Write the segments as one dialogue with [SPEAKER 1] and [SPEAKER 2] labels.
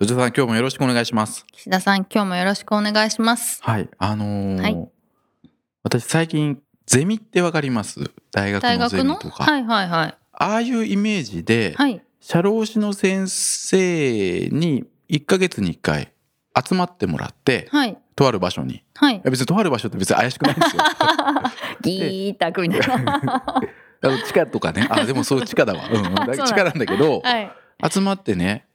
[SPEAKER 1] 土田さん今日もよろしくお願いします
[SPEAKER 2] 岸田さん今日もよろしくお願いします
[SPEAKER 1] はいあのー
[SPEAKER 2] はい
[SPEAKER 1] 私最近ゼミってわかります大学
[SPEAKER 2] 大
[SPEAKER 1] のゼ
[SPEAKER 2] 学の
[SPEAKER 1] ミとか
[SPEAKER 2] はいはいはい
[SPEAKER 1] ああいうイメージで、
[SPEAKER 2] はい
[SPEAKER 1] 社労士の先生に1ヶ月に1回集まってもらって、
[SPEAKER 2] はい
[SPEAKER 1] とある場所にい
[SPEAKER 2] はい
[SPEAKER 1] や別にとある場所って別に怪しくない んですよ
[SPEAKER 2] ギータクみたいな
[SPEAKER 1] あの地下とかねあでもそう地下だわ、うんうん、
[SPEAKER 2] そ
[SPEAKER 1] だ
[SPEAKER 2] うなんだ
[SPEAKER 1] 地下なんだけど、
[SPEAKER 2] はい
[SPEAKER 1] 集まってね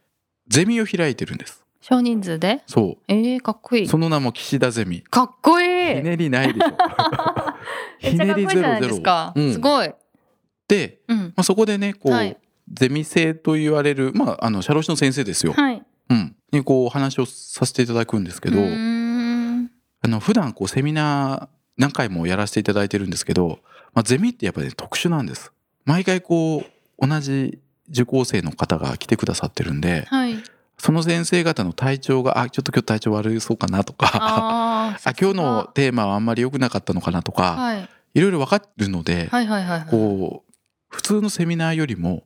[SPEAKER 1] ゼミを開いてるんです
[SPEAKER 2] 少人数で
[SPEAKER 1] そ
[SPEAKER 2] えー、かっこいうい
[SPEAKER 1] その名も岸田ゼミ
[SPEAKER 2] かっこいい
[SPEAKER 1] ひねりないでしょ。
[SPEAKER 2] めっちゃかっこいいじゃないですか。
[SPEAKER 1] うん
[SPEAKER 2] すごい。
[SPEAKER 1] で、
[SPEAKER 2] うん。
[SPEAKER 1] まあ、そこでね、こう、
[SPEAKER 2] はい
[SPEAKER 1] ゼミ生と言われる、まあ、あの、社労士の先生ですよ。
[SPEAKER 2] はい。
[SPEAKER 1] うん。に、こう、お話をさせていただくんですけど、
[SPEAKER 2] うーん
[SPEAKER 1] あの、普段、こう、セミナー何回もやらせていただいてるんですけど、まあ、ゼミってやっぱり、ね、特殊なんです。毎回、こう、同じ受講生の方が来てくださってるんで、
[SPEAKER 2] はい。
[SPEAKER 1] その先生方の体調が、あ、ちょっと今日体調悪そうかなとか、
[SPEAKER 2] あー
[SPEAKER 1] あ今日の。テーマはあんまり良くなかったのかなとか、
[SPEAKER 2] はい。
[SPEAKER 1] いろいろわかるので、
[SPEAKER 2] はいはいはい。かっ
[SPEAKER 1] こう、普通のセミナーよりも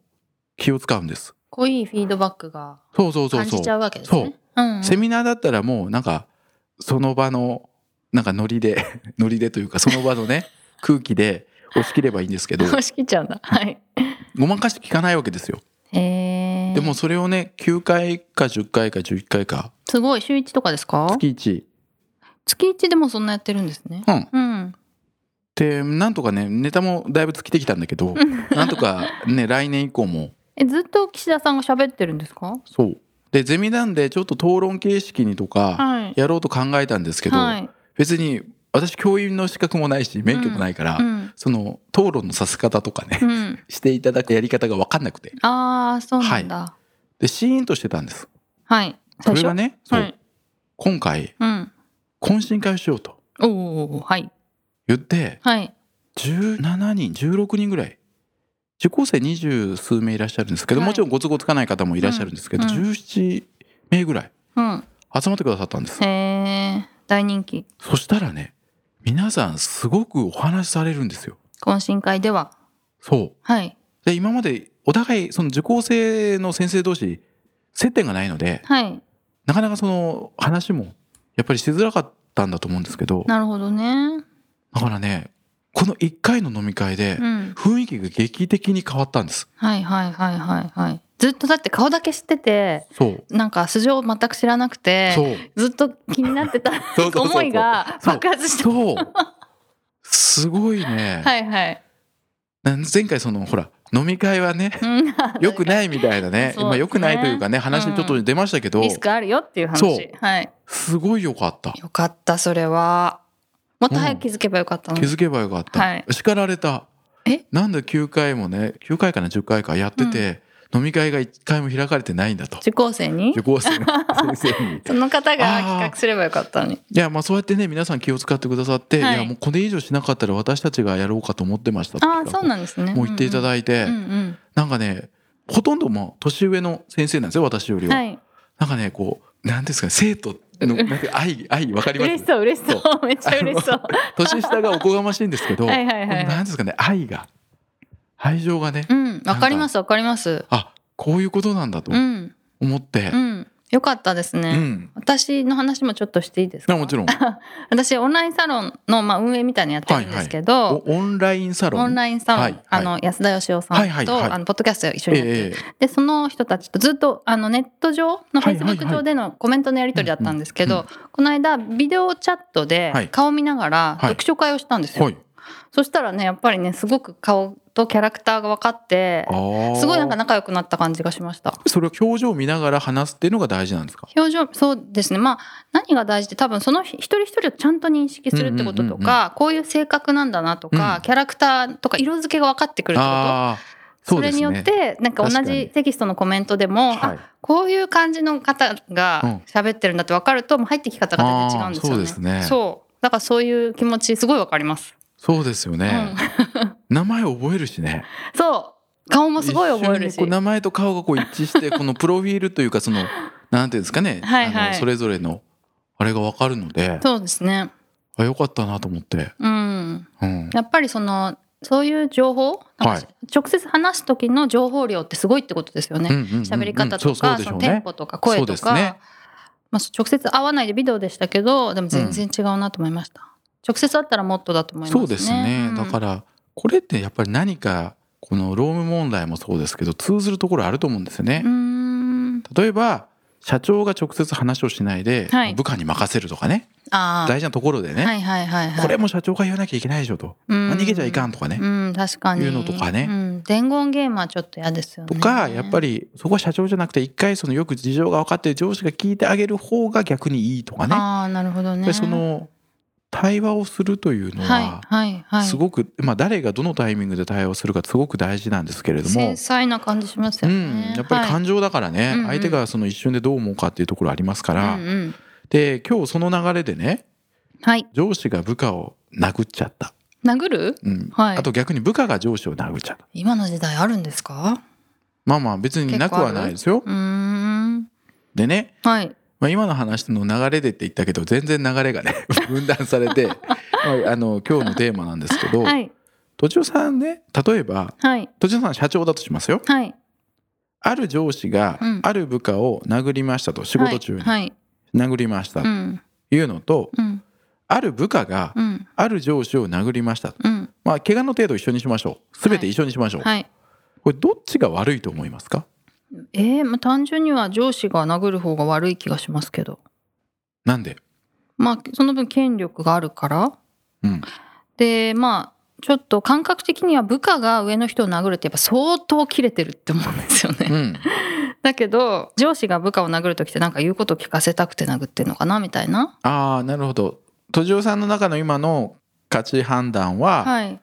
[SPEAKER 1] 気を使うんです。
[SPEAKER 2] こいいフィードバックが
[SPEAKER 1] そうそうそう
[SPEAKER 2] 感
[SPEAKER 1] そう。
[SPEAKER 2] じちゃうわけですね。うんうん。
[SPEAKER 1] セミナーだったらもうなんか、その場の、なんかノリで、 ノリでというかその場 のね、空気で押し切ればいいんですけど、
[SPEAKER 2] 押し切っちゃうんだ。はい。
[SPEAKER 1] ごまかして聞かないわけですよ。
[SPEAKER 2] へえ。
[SPEAKER 1] でも、それをね、9回か10回か11回か、
[SPEAKER 2] すごい。週一とかですか
[SPEAKER 1] 月1。
[SPEAKER 2] 月一でもそんなやってるんですね。
[SPEAKER 1] うん。
[SPEAKER 2] うん。
[SPEAKER 1] で、なんとかね、ネタもだいぶ尽きてきたんだ けど、なんとかね、来年以降も、
[SPEAKER 2] え、ずっと岸田さんが喋ってるんですか
[SPEAKER 1] そう。で、ゼミなんでちょっと討論形式にとか、
[SPEAKER 2] はい。
[SPEAKER 1] やろうと考えたんですけど、
[SPEAKER 2] はい。
[SPEAKER 1] 別に私教員の資格もないし免許もないから、
[SPEAKER 2] うん。
[SPEAKER 1] その討論のさせ方とかね、
[SPEAKER 2] うん。
[SPEAKER 1] していただくやり方が分かんなくて
[SPEAKER 2] ああ、そうなんだ。
[SPEAKER 1] でシーンとしてたんです
[SPEAKER 2] はい。最
[SPEAKER 1] それ
[SPEAKER 2] 初
[SPEAKER 1] が。ねそう、
[SPEAKER 2] はい。
[SPEAKER 1] 今回
[SPEAKER 2] うん。
[SPEAKER 1] 懇親会をしようと
[SPEAKER 2] おおはい。
[SPEAKER 1] 言って
[SPEAKER 2] はい。
[SPEAKER 1] 17人16人ぐらい受講生二十数名いらっしゃるんですけど、
[SPEAKER 2] はい
[SPEAKER 1] もちろんご都合つかない方もいらっしゃるんですけど、
[SPEAKER 2] うんうん
[SPEAKER 1] 17名ぐらい
[SPEAKER 2] うん。
[SPEAKER 1] 集まってくださったんです、
[SPEAKER 2] へえ大人気
[SPEAKER 1] そしたらね皆さんすごくお話しされるんですよ
[SPEAKER 2] 懇親会では
[SPEAKER 1] そう
[SPEAKER 2] はい
[SPEAKER 1] で今までお互いその受講生の先生同士接点がないので
[SPEAKER 2] はい
[SPEAKER 1] なかなかその話もやっぱりしづらかったんだと思うんですけど
[SPEAKER 2] なるほどね
[SPEAKER 1] だからねこの1回の飲み会で
[SPEAKER 2] うん
[SPEAKER 1] 雰囲気が劇的に変わったんです。
[SPEAKER 2] はいはいはいはいはいずっとだって顔だけ知ってて
[SPEAKER 1] そう
[SPEAKER 2] なんか素性を全く知らなくて
[SPEAKER 1] そう
[SPEAKER 2] ずっと気になって た
[SPEAKER 1] そうそうそう
[SPEAKER 2] 思いが
[SPEAKER 1] そう
[SPEAKER 2] 爆発した
[SPEAKER 1] そうすごいね、
[SPEAKER 2] はいはい
[SPEAKER 1] なん前回そのほら飲み会はね
[SPEAKER 2] うん
[SPEAKER 1] 良くないみたいな
[SPEAKER 2] そうで
[SPEAKER 1] ね
[SPEAKER 2] すね
[SPEAKER 1] 今良くないというかね話ちょっと出ましたけど、
[SPEAKER 2] リスクあるよっていう話
[SPEAKER 1] そう
[SPEAKER 2] はい
[SPEAKER 1] すごい良かった
[SPEAKER 2] よかったそれはもっと早く気づけばよかったの
[SPEAKER 1] 気
[SPEAKER 2] に
[SPEAKER 1] づけばよかった、
[SPEAKER 2] はい
[SPEAKER 1] 叱られた
[SPEAKER 2] え
[SPEAKER 1] なんで9回もね9回かな10回かやってて、飲み会が1回も開かれてないんだと
[SPEAKER 2] 受講生に
[SPEAKER 1] 受講生の 先生に
[SPEAKER 2] その方が企画すればよかったのに
[SPEAKER 1] いやまあそうやってね皆さん気を使ってくださって、
[SPEAKER 2] はい
[SPEAKER 1] い、やもうこれ以上しなかったら私たちがやろうかと思ってました
[SPEAKER 2] ああー
[SPEAKER 1] と
[SPEAKER 2] そうなんですね
[SPEAKER 1] もう言っていただいて、
[SPEAKER 2] うんうん
[SPEAKER 1] なんかねほとんどもう年上の先生なんですよ私よりは、
[SPEAKER 2] はい
[SPEAKER 1] なんかねこうなんですかね生徒のなんか愛愛わかりま
[SPEAKER 2] 嬉し
[SPEAKER 1] す
[SPEAKER 2] そう嬉しそう めっちゃ嬉しそう
[SPEAKER 1] 年下がおこがましいんですけど
[SPEAKER 2] はいはいはい
[SPEAKER 1] なんですかね愛が愛情がね、
[SPEAKER 2] うんわかりますわかります
[SPEAKER 1] あこういうことなんだと
[SPEAKER 2] うん
[SPEAKER 1] 思って
[SPEAKER 2] う、んよかったです
[SPEAKER 1] う
[SPEAKER 2] ね、
[SPEAKER 1] ん
[SPEAKER 2] 私の話もちょっとしていいですか
[SPEAKER 1] あもちろん
[SPEAKER 2] 私オンラインサロンの、まあ、運営みたいなのやってるんですけど、
[SPEAKER 1] おオンラインサロン
[SPEAKER 2] オンラインサロン、
[SPEAKER 1] はいはい
[SPEAKER 2] あの安田義雄さんと、
[SPEAKER 1] はいはいはい
[SPEAKER 2] あのポッドキャストを一緒に
[SPEAKER 1] ええ
[SPEAKER 2] やってる、
[SPEAKER 1] え
[SPEAKER 2] で
[SPEAKER 1] え
[SPEAKER 2] その人たちとずっとあのネット上のフ
[SPEAKER 1] は
[SPEAKER 2] ェイ
[SPEAKER 1] い
[SPEAKER 2] ス
[SPEAKER 1] は
[SPEAKER 2] ブ
[SPEAKER 1] い
[SPEAKER 2] ック上でのコメントのやり取りだったんですけど、
[SPEAKER 1] うんう
[SPEAKER 2] この間ビデオチャット
[SPEAKER 1] は
[SPEAKER 2] で
[SPEAKER 1] い
[SPEAKER 2] 顔見ながら
[SPEAKER 1] はい
[SPEAKER 2] 読書会をしたんですよ、
[SPEAKER 1] はい
[SPEAKER 2] そしたらねやっぱりねすごく顔とキャラクターが分かって
[SPEAKER 1] あー
[SPEAKER 2] すごいなんか仲良くなった感じがしました。
[SPEAKER 1] それを表情を見ながら話すっていうのが大事なんですか
[SPEAKER 2] 表情そうですねまあ何が大事って多分その一人一人をちゃんと認識するってこととか、
[SPEAKER 1] うんうんうん
[SPEAKER 2] こういう性格なんだなとか、
[SPEAKER 1] うん
[SPEAKER 2] キャラクターとか色付けが分かってくるってこ
[SPEAKER 1] ああ
[SPEAKER 2] と
[SPEAKER 1] そ
[SPEAKER 2] そう
[SPEAKER 1] で
[SPEAKER 2] れ
[SPEAKER 1] すね
[SPEAKER 2] によって、なんか同
[SPEAKER 1] 確かに
[SPEAKER 2] じテキストのコメントでも、
[SPEAKER 1] はい
[SPEAKER 2] あ、こういう感じの方
[SPEAKER 1] う
[SPEAKER 2] が
[SPEAKER 1] ん
[SPEAKER 2] 喋ってるんだって分かると、もう入ってき方が全然違うんですよね。
[SPEAKER 1] あーそうですね
[SPEAKER 2] そうだからそういう気持ち、すごい分かります。
[SPEAKER 1] そうですよね、名前覚えるしね
[SPEAKER 2] うん、そう。顔もすごい覚える
[SPEAKER 1] 一
[SPEAKER 2] し
[SPEAKER 1] 瞬にこう。名前と顔がこう一致 してこのプロフィールというかそのなんていうんですかね
[SPEAKER 2] はいはい
[SPEAKER 1] あのそれぞれのあれがわかるので
[SPEAKER 2] そうですね。
[SPEAKER 1] あよかったなと思って、
[SPEAKER 2] うん。
[SPEAKER 1] うん、
[SPEAKER 2] やっぱりその、そういう情報、
[SPEAKER 1] はい
[SPEAKER 2] 直接話す時の情報量ってすごいってことですよね。喋
[SPEAKER 1] 喋
[SPEAKER 2] り方とか、そのテンポとか声
[SPEAKER 1] そう
[SPEAKER 2] と
[SPEAKER 1] です
[SPEAKER 2] か、
[SPEAKER 1] ね
[SPEAKER 2] まあ、直接会わないでビデオでしたけどでも全然違うなと思いました、直接会ったらもっとだと思いますね
[SPEAKER 1] そうですね、だかららこれってやっぱり何かこのローム問題もそうですけど通ずるところあると思うんですよね、
[SPEAKER 2] うーん
[SPEAKER 1] 例えば社長が直接話をしないで、
[SPEAKER 2] はい
[SPEAKER 1] 部下に任せるとかね
[SPEAKER 2] ああ
[SPEAKER 1] 大事なところでね、
[SPEAKER 2] はいはいはいはい
[SPEAKER 1] これも社長が言わなきゃいけないでしょと、
[SPEAKER 2] うん
[SPEAKER 1] 逃げちゃいかんとかね、
[SPEAKER 2] うん確かに
[SPEAKER 1] いうのとかね
[SPEAKER 2] うん、伝言ゲームはちょっと嫌ですよね
[SPEAKER 1] とかやっぱ
[SPEAKER 2] り
[SPEAKER 1] りそこは社長じゃなくて一回そのよく事情が分かってる上司が聞いてあげる方が逆にいいとかねやっ
[SPEAKER 2] ああなるほど
[SPEAKER 1] ぱ
[SPEAKER 2] ね
[SPEAKER 1] りその対話をするというの
[SPEAKER 2] は
[SPEAKER 1] はい
[SPEAKER 2] はいはい
[SPEAKER 1] すごく、まあ、誰がどのタイミングで対応するかすごく大事なんですけれども
[SPEAKER 2] 繊、細な感じします
[SPEAKER 1] う
[SPEAKER 2] よ
[SPEAKER 1] ん
[SPEAKER 2] ね、、
[SPEAKER 1] やっぱり
[SPEAKER 2] はい
[SPEAKER 1] 感情だからね、
[SPEAKER 2] うんうん
[SPEAKER 1] 相手がその一瞬でどう思うかっていうところありますから、
[SPEAKER 2] うんうん
[SPEAKER 1] で今日その流れでね
[SPEAKER 2] はい
[SPEAKER 1] 上司が部下を殴っちゃった、
[SPEAKER 2] 殴る
[SPEAKER 1] うん
[SPEAKER 2] はい
[SPEAKER 1] あと逆に部下が上司を殴っちゃった
[SPEAKER 2] 今の時代あるんですか
[SPEAKER 1] まあまあ別になくはないですよ
[SPEAKER 2] うーん
[SPEAKER 1] でね、
[SPEAKER 2] はい
[SPEAKER 1] まあ、今の話の流れでって言ったけど全然流れがね 分断され て、まあ、あの今日のテーマなんですけど、
[SPEAKER 2] はい
[SPEAKER 1] とちおさんね例えば
[SPEAKER 2] はい
[SPEAKER 1] とちおさん社長だとしますよ
[SPEAKER 2] はい
[SPEAKER 1] ある上司が
[SPEAKER 2] うん
[SPEAKER 1] ある部下を殴りましたと仕事中に
[SPEAKER 2] はい、はい
[SPEAKER 1] 殴りました
[SPEAKER 2] う
[SPEAKER 1] と
[SPEAKER 2] ん
[SPEAKER 1] いうのと
[SPEAKER 2] うん
[SPEAKER 1] ある部下が
[SPEAKER 2] うん
[SPEAKER 1] ある上司を殴りましたと
[SPEAKER 2] うん
[SPEAKER 1] まあ怪我の程度一緒にしましょう全て一緒にしましょう
[SPEAKER 2] はい
[SPEAKER 1] これどっちが悪いと思いますか
[SPEAKER 2] えー、まあ単純には上司が殴る方が悪い気がしますけど
[SPEAKER 1] なんで
[SPEAKER 2] まあその分権力があるから
[SPEAKER 1] うん
[SPEAKER 2] でまあちょっと感覚的には部下が上の人を殴るってやっぱ相当切れてるって思うんですよね、
[SPEAKER 1] うん
[SPEAKER 2] だけど上司が部下を殴る時ってなんか言うこと聞かせたくて殴ってんのかなみたいな
[SPEAKER 1] ああなるほどとじおさんの中の今の価値判断は
[SPEAKER 2] はい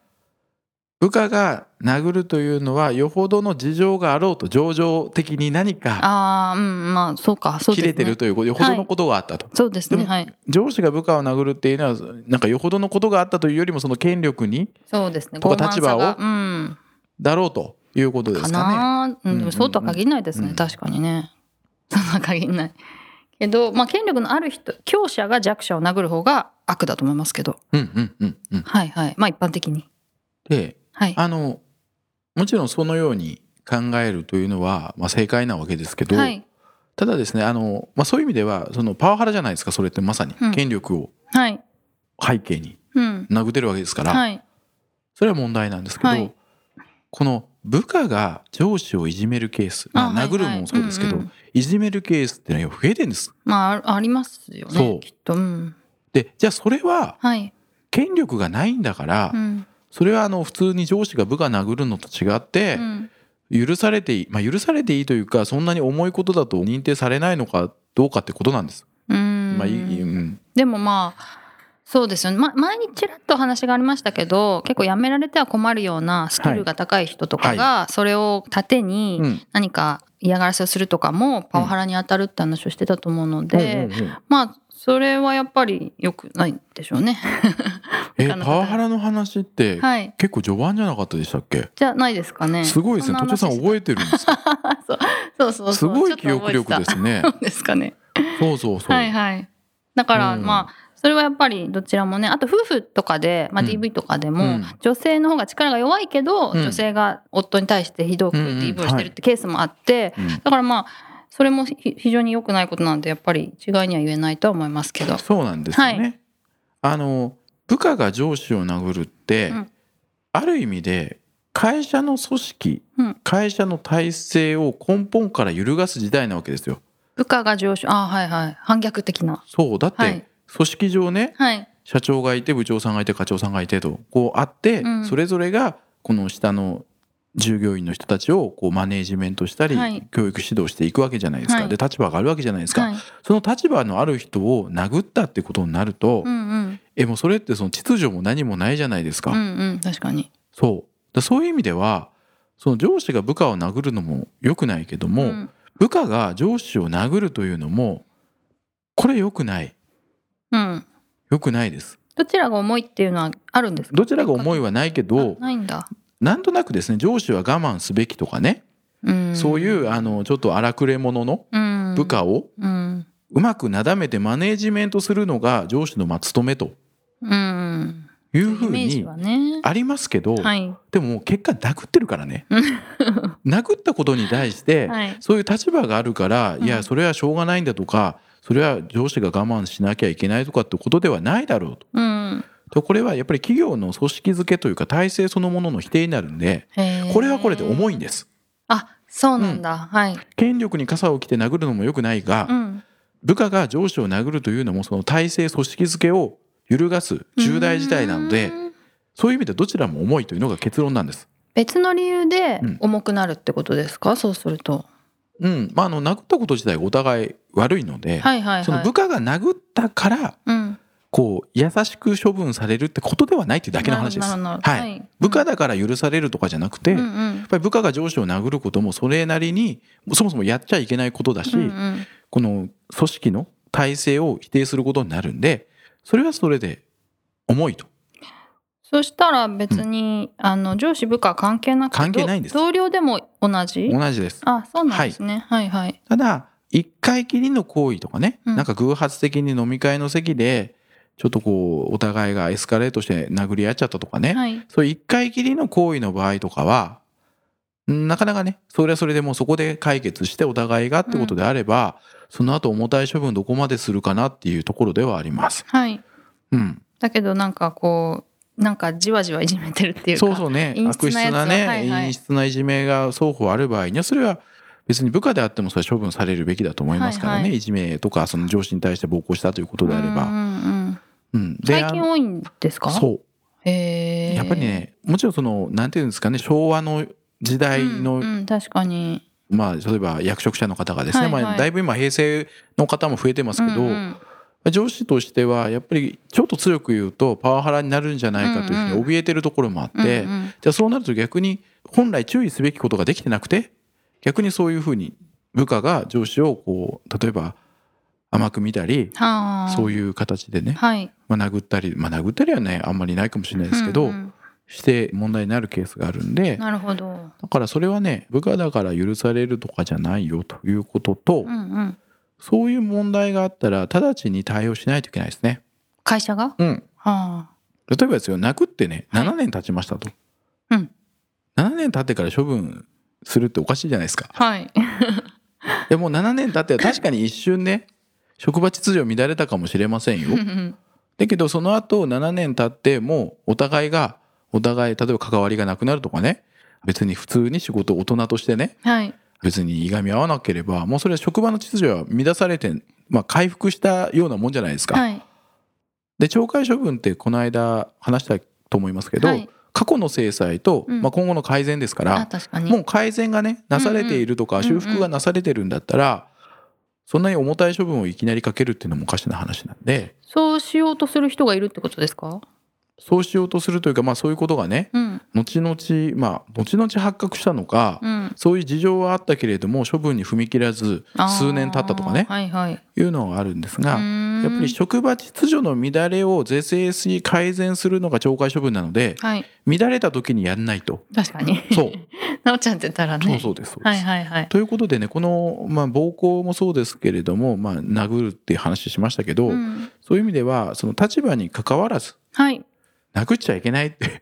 [SPEAKER 1] 部下が殴るというのはよほどの事情があろうと情状的に何か
[SPEAKER 2] ああうんまあそうかそう
[SPEAKER 1] 切
[SPEAKER 2] ですね
[SPEAKER 1] れてるということよほどのことがあったと
[SPEAKER 2] そうですね
[SPEAKER 1] でも
[SPEAKER 2] はい
[SPEAKER 1] 上司が部下を殴るっていうのはなんかよほどのことがあったというよりもその権力に
[SPEAKER 2] そうですね
[SPEAKER 1] とか立場を
[SPEAKER 2] 傲慢さがうん
[SPEAKER 1] だろうということで
[SPEAKER 2] か
[SPEAKER 1] すかね。
[SPEAKER 2] なーうん、でもそうとは限らないですね、
[SPEAKER 1] うん
[SPEAKER 2] 確かにね そんな限らないけど、まあ、権力のある人強者が弱者を殴る方が悪だと思いますけど
[SPEAKER 1] うんうんうんうん。
[SPEAKER 2] はいはいまあ一般的に
[SPEAKER 1] で
[SPEAKER 2] はい
[SPEAKER 1] あのもちろんそのように考えるというのは、まあ、正解なわけですけど、
[SPEAKER 2] はい
[SPEAKER 1] ただですねあの、まあ、そういう意味ではそのパワハラじゃないですかそれってまさに
[SPEAKER 2] うん
[SPEAKER 1] 権力を
[SPEAKER 2] はい
[SPEAKER 1] 背景に
[SPEAKER 2] うん
[SPEAKER 1] 殴ってるわけですから、
[SPEAKER 2] はい
[SPEAKER 1] それは問題なんですけど、
[SPEAKER 2] はい
[SPEAKER 1] この部下が上司をいじめるケース、まあ、
[SPEAKER 2] あはい
[SPEAKER 1] 殴るのもそうですけど、
[SPEAKER 2] はいうん
[SPEAKER 1] い
[SPEAKER 2] うん
[SPEAKER 1] じめるケースっていうのは増えてるんです。
[SPEAKER 2] まああありますよ
[SPEAKER 1] そ
[SPEAKER 2] ね
[SPEAKER 1] う
[SPEAKER 2] きっとうん
[SPEAKER 1] でじゃあそれは
[SPEAKER 2] はい
[SPEAKER 1] 権力がないんだから、
[SPEAKER 2] うん
[SPEAKER 1] それはあの普通に上司が部下殴るのと違っ
[SPEAKER 2] う、
[SPEAKER 1] て
[SPEAKER 2] ん
[SPEAKER 1] 許されていい、まあ、許されていいというかそんなに重いことだと認定されないのかどうかってことなんです。
[SPEAKER 2] うん
[SPEAKER 1] まあいいうん
[SPEAKER 2] でもまあそうですよね、ま、前にちらっとお話がありましたけど結構やめられては困るようなスキルが高い人とかがそれを盾に
[SPEAKER 1] うん
[SPEAKER 2] 何か嫌がらせをするとかもパワハラに当たるって話をしてたと思うので、
[SPEAKER 1] うんうんうん
[SPEAKER 2] まあそれはやっぱり良くないんでしょうね。
[SPEAKER 1] え
[SPEAKER 2] 他の方
[SPEAKER 1] パワハラの話って
[SPEAKER 2] はい
[SPEAKER 1] 結構序盤じゃなかったでしたっけ、
[SPEAKER 2] じゃないですかね。
[SPEAKER 1] すごいですね
[SPEAKER 2] そ
[SPEAKER 1] 都
[SPEAKER 2] な話
[SPEAKER 1] 庁さん覚えてるんですか
[SPEAKER 2] そう そうそう。
[SPEAKER 1] すごい記憶力ですすね
[SPEAKER 2] そうですかね。
[SPEAKER 1] そうそうそう、
[SPEAKER 2] はいはい。だから、
[SPEAKER 1] うん
[SPEAKER 2] まあそれはやっぱりどちらもねあと夫婦とかで、まあ、
[SPEAKER 1] うん
[SPEAKER 2] DV とかで
[SPEAKER 1] う
[SPEAKER 2] も、
[SPEAKER 1] ん
[SPEAKER 2] 女性の方が力が弱いけど、
[SPEAKER 1] うん
[SPEAKER 2] 女性が夫に対してひどく
[SPEAKER 1] うんうん
[SPEAKER 2] DV をしてるってケースもあって、
[SPEAKER 1] うん
[SPEAKER 2] だからまあそれもひ非常に良くないことなんでやっぱり一概には言えないとは思いますけど。
[SPEAKER 1] そうなんですよね、
[SPEAKER 2] は
[SPEAKER 1] あの部下が上司を殴るって、
[SPEAKER 2] うん
[SPEAKER 1] ある意味で会社の組織、
[SPEAKER 2] うん
[SPEAKER 1] 会社の体制を根本から揺るがす時代なわけですよ
[SPEAKER 2] 部下が上司あはいはい反逆的な
[SPEAKER 1] そうだって、
[SPEAKER 2] はい
[SPEAKER 1] 組織上ね、
[SPEAKER 2] はい
[SPEAKER 1] 社長がいて部長さんがいて課長さんがいてとこうあって、
[SPEAKER 2] うん
[SPEAKER 1] それぞれがこの下の従業員の人たちをこうマネージメントしたり、
[SPEAKER 2] はい
[SPEAKER 1] 教育指導していくわけじゃないですか、
[SPEAKER 2] はい
[SPEAKER 1] で立場があるわけじゃないですか、
[SPEAKER 2] はい
[SPEAKER 1] その立場のある人を殴ったってことになると、
[SPEAKER 2] うんうん
[SPEAKER 1] えもうそれってその秩序も何もないじゃないですか、
[SPEAKER 2] うんうん確かに
[SPEAKER 1] そうだそういう意味ではその上司が部下を殴るのも良くないけども、
[SPEAKER 2] うん
[SPEAKER 1] 部下が上司を殴るというのもこれ良くない
[SPEAKER 2] うん
[SPEAKER 1] 良くないです
[SPEAKER 2] どちらが重いっていうのはあるんですか
[SPEAKER 1] どちらが重いはないけど
[SPEAKER 2] あないんだ、
[SPEAKER 1] なんとなくですね上司は我慢すべきとかね、
[SPEAKER 2] うん、、
[SPEAKER 1] そういううあのちょっと荒くれ者の
[SPEAKER 2] うん、
[SPEAKER 1] 部下を
[SPEAKER 2] うん
[SPEAKER 1] うまくなだめてマネージメントするのが上司のまあ務めと
[SPEAKER 2] うん
[SPEAKER 1] いうふ
[SPEAKER 2] イ
[SPEAKER 1] う
[SPEAKER 2] メージ
[SPEAKER 1] に
[SPEAKER 2] はね
[SPEAKER 1] ありますけど、
[SPEAKER 2] はい
[SPEAKER 1] でももう結果殴ってるからね
[SPEAKER 2] うん
[SPEAKER 1] 殴ったことに対して、
[SPEAKER 2] はい
[SPEAKER 1] そういう立場があるから、
[SPEAKER 2] うん
[SPEAKER 1] いやそれはしょうがないんだとかそれは上司が我慢しなきゃいけないとかってことではないだろうと
[SPEAKER 2] うん
[SPEAKER 1] とこれはやっぱり企業の組織づけというか体制そのものの否定になるんで
[SPEAKER 2] へー
[SPEAKER 1] これはこれで重いんです
[SPEAKER 2] あそうなんだ、はい、
[SPEAKER 1] 権力に傘を着て殴るのも良くないが、
[SPEAKER 2] うん、
[SPEAKER 1] 部下が上司を殴るというのもその体制組織づけを揺るがす重大事態なので
[SPEAKER 2] うん
[SPEAKER 1] そういう意味でどちらも重いというのが結論なんです。
[SPEAKER 2] 別の理由で
[SPEAKER 1] うん
[SPEAKER 2] 重くなるってことですか、そうすると
[SPEAKER 1] うんまあ、あの殴ったこと自体がお互い悪いので、
[SPEAKER 2] はいはいはい
[SPEAKER 1] その部下が殴ったから
[SPEAKER 2] うん
[SPEAKER 1] こう優しく処分されるってことではないっていうだけの話です。
[SPEAKER 2] なるほどなるほど
[SPEAKER 1] はい
[SPEAKER 2] はい
[SPEAKER 1] 部下だから許されるとかじゃなくて、
[SPEAKER 2] うんう
[SPEAKER 1] や
[SPEAKER 2] ん
[SPEAKER 1] っぱり部下が上司を殴ることもそれなりにそもそもやっちゃいけないことだし、
[SPEAKER 2] うんうん
[SPEAKER 1] この組織の体制を否定することになるんでそれはそれで重いと。
[SPEAKER 2] そしたら別に、あの上司部下関係なくて
[SPEAKER 1] 関係ないんです
[SPEAKER 2] ど同僚でも同じ
[SPEAKER 1] 同じです。
[SPEAKER 2] あそうなんですね、はい、はい
[SPEAKER 1] ただ一回きりの行為とかね、
[SPEAKER 2] うん
[SPEAKER 1] なんか偶発的に飲み会の席でちょっとこうお互いがエスカレートして殴り合っちゃったとかね、
[SPEAKER 2] はい
[SPEAKER 1] そういう一回きりの行為の場合とかはんなかなかねそれはそれでもうそこで解決してお互いがってことであれば、その後重たい処分どこまでするかなっていうところではあります。
[SPEAKER 2] はい
[SPEAKER 1] うん、
[SPEAKER 2] だけどなんかこうなんかじわじわいじめてるっていうか
[SPEAKER 1] そうそうね
[SPEAKER 2] 陰
[SPEAKER 1] 悪
[SPEAKER 2] 湿
[SPEAKER 1] 質
[SPEAKER 2] なやつ
[SPEAKER 1] なね、
[SPEAKER 2] はいはい
[SPEAKER 1] 陰湿ないじめが双方ある場合にはそれは別に部下であってもそれは処分されるべきだと思いますから
[SPEAKER 2] は
[SPEAKER 1] ね、
[SPEAKER 2] い
[SPEAKER 1] い
[SPEAKER 2] はい
[SPEAKER 1] じめとかその上司に対して暴行したということであれ
[SPEAKER 2] う
[SPEAKER 1] ば。
[SPEAKER 2] んうんうん
[SPEAKER 1] うん、で
[SPEAKER 2] 最近多いんです
[SPEAKER 1] あ
[SPEAKER 2] か
[SPEAKER 1] のそう
[SPEAKER 2] へえ
[SPEAKER 1] やっぱりねもちろんそのなんていうんですかね昭和の時代の、
[SPEAKER 2] うんうん確かに
[SPEAKER 1] まあ、例えば役職者の方がですね、
[SPEAKER 2] はいはい
[SPEAKER 1] まあ、だいぶ今平成の方も増えてますけど、
[SPEAKER 2] うんうん
[SPEAKER 1] 上司としてはやっぱりちょっと強く言うとパワハラになるんじゃないかというふうに怯えてるところもあって、
[SPEAKER 2] うんうん
[SPEAKER 1] じゃあそうなると逆に本来注意すべきことができてなくて逆にそういうふうに部下が上司をこう例えば甘く見たり
[SPEAKER 2] はあ
[SPEAKER 1] そう
[SPEAKER 2] う
[SPEAKER 1] いう形でね、
[SPEAKER 2] はい
[SPEAKER 1] まあ、殴ったり、まあ、殴ったりはねあんまりないかもしれないですけど、
[SPEAKER 2] うんうん
[SPEAKER 1] して問題になるケースがあるんで
[SPEAKER 2] なるほど
[SPEAKER 1] だからそれはね部下だから許されるとかじゃないよということと、
[SPEAKER 2] うんうん
[SPEAKER 1] そういう問題があったら直ちに対応しないといけないですね。
[SPEAKER 2] 会社が
[SPEAKER 1] うん、
[SPEAKER 2] は
[SPEAKER 1] 例えばですよ泣くってね
[SPEAKER 2] はい
[SPEAKER 1] 7年経ちましたと、
[SPEAKER 2] うん
[SPEAKER 1] 7年経ってから処分するっておかしいじゃないですか。
[SPEAKER 2] あはい
[SPEAKER 1] いやもう7年経っては確かに一瞬ね職場秩序乱れたかもしれませんよ
[SPEAKER 2] う。んうん
[SPEAKER 1] だけどその後7年経ってもうお互いがお互い例えば関わりがなくなるとかね別に普通に仕事大人としてね
[SPEAKER 2] はい
[SPEAKER 1] 別にいがみ合わなければもうそれは職場の秩序は乱されて、まあ、回復したようなもんじゃないですか。
[SPEAKER 2] はい
[SPEAKER 1] で懲戒処分ってこの間話したと思いますけど、
[SPEAKER 2] はい
[SPEAKER 1] 過去の制裁と、
[SPEAKER 2] うん
[SPEAKER 1] まあ、今後の改善ですか
[SPEAKER 2] あ
[SPEAKER 1] ら
[SPEAKER 2] 確かに
[SPEAKER 1] もう改善がねなされているとか、
[SPEAKER 2] うんうん
[SPEAKER 1] 修復がなされてるんだったら、そんなに重たい処分をいきなりかけるっていうのもおかしな話なんで
[SPEAKER 2] そうしようとする人がいるってことですか
[SPEAKER 1] そうしようとするというか、まあ、そういうことがね
[SPEAKER 2] うん
[SPEAKER 1] 後々まあ後々発覚したのか、
[SPEAKER 2] うん
[SPEAKER 1] そういう事情はあったけれども処分に踏み切らず
[SPEAKER 2] あー
[SPEAKER 1] 数年経ったとかね
[SPEAKER 2] はいはい
[SPEAKER 1] いうのがあるんですが、や
[SPEAKER 2] や
[SPEAKER 1] っぱり職場秩序の乱れを是正し改善するのが懲戒処分なので
[SPEAKER 2] はい
[SPEAKER 1] 乱れた時にやんないと。
[SPEAKER 2] 確かに
[SPEAKER 1] そう
[SPEAKER 2] なおちゃんって言ったらね
[SPEAKER 1] そうそうですそうです
[SPEAKER 2] はいはいはい
[SPEAKER 1] ということでねこの、まあ、暴行もそうですけれども、まあ、殴るっていう話しましたけど、
[SPEAKER 2] うん
[SPEAKER 1] そういう意味ではその立場に関わらず
[SPEAKER 2] はい
[SPEAKER 1] 殴っちゃいけないって
[SPEAKER 2] いじ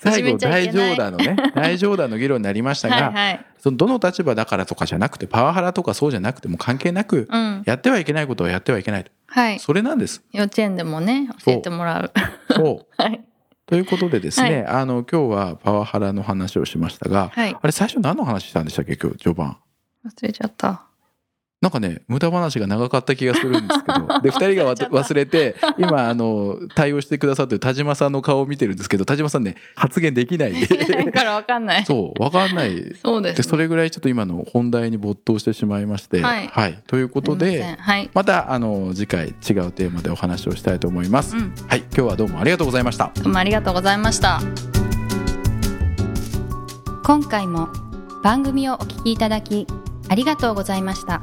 [SPEAKER 1] 最
[SPEAKER 2] め
[SPEAKER 1] 後
[SPEAKER 2] ちゃい
[SPEAKER 1] 大
[SPEAKER 2] けない
[SPEAKER 1] 冗談のね大冗談の議論になりましたが
[SPEAKER 2] はいはい
[SPEAKER 1] そのどの立場だからとかじゃなくてパワハラとかそうじゃなくてもう関係なく
[SPEAKER 2] うん
[SPEAKER 1] やってはいけないことはやってはいけないと
[SPEAKER 2] はい
[SPEAKER 1] それなんです。
[SPEAKER 2] 幼稚園でもね教えてもらう
[SPEAKER 1] そう
[SPEAKER 2] はい
[SPEAKER 1] ということでですね、
[SPEAKER 2] は
[SPEAKER 1] あの今日はパワハラの話をしましたが、
[SPEAKER 2] はい
[SPEAKER 1] あれ最初何の話したんでしたっけ今日序盤。
[SPEAKER 2] 忘れちゃった
[SPEAKER 1] なんかね、無駄話が長かった気がするんですけど、で、二人が わた忘れて、今、あの、対応してくださってる田島さんの顔を見てるんですけど、田島さんね、発言でき ないん
[SPEAKER 2] だ
[SPEAKER 1] で、
[SPEAKER 2] からわかんないそう
[SPEAKER 1] そう、わかんない。
[SPEAKER 2] です
[SPEAKER 1] で、
[SPEAKER 2] ね
[SPEAKER 1] それぐらいちょっと今の本題に没頭してしまいまして、
[SPEAKER 2] はい
[SPEAKER 1] というこ
[SPEAKER 2] すい
[SPEAKER 1] と
[SPEAKER 2] ません
[SPEAKER 1] で、
[SPEAKER 2] はい
[SPEAKER 1] また、あの、次回違うテーマでお話をしたいと思います。
[SPEAKER 2] うん
[SPEAKER 1] はい、今日はどうもありがとうございました。
[SPEAKER 2] どうもありがとうございました
[SPEAKER 3] 今回も番組をお聞きいただきありがとうございました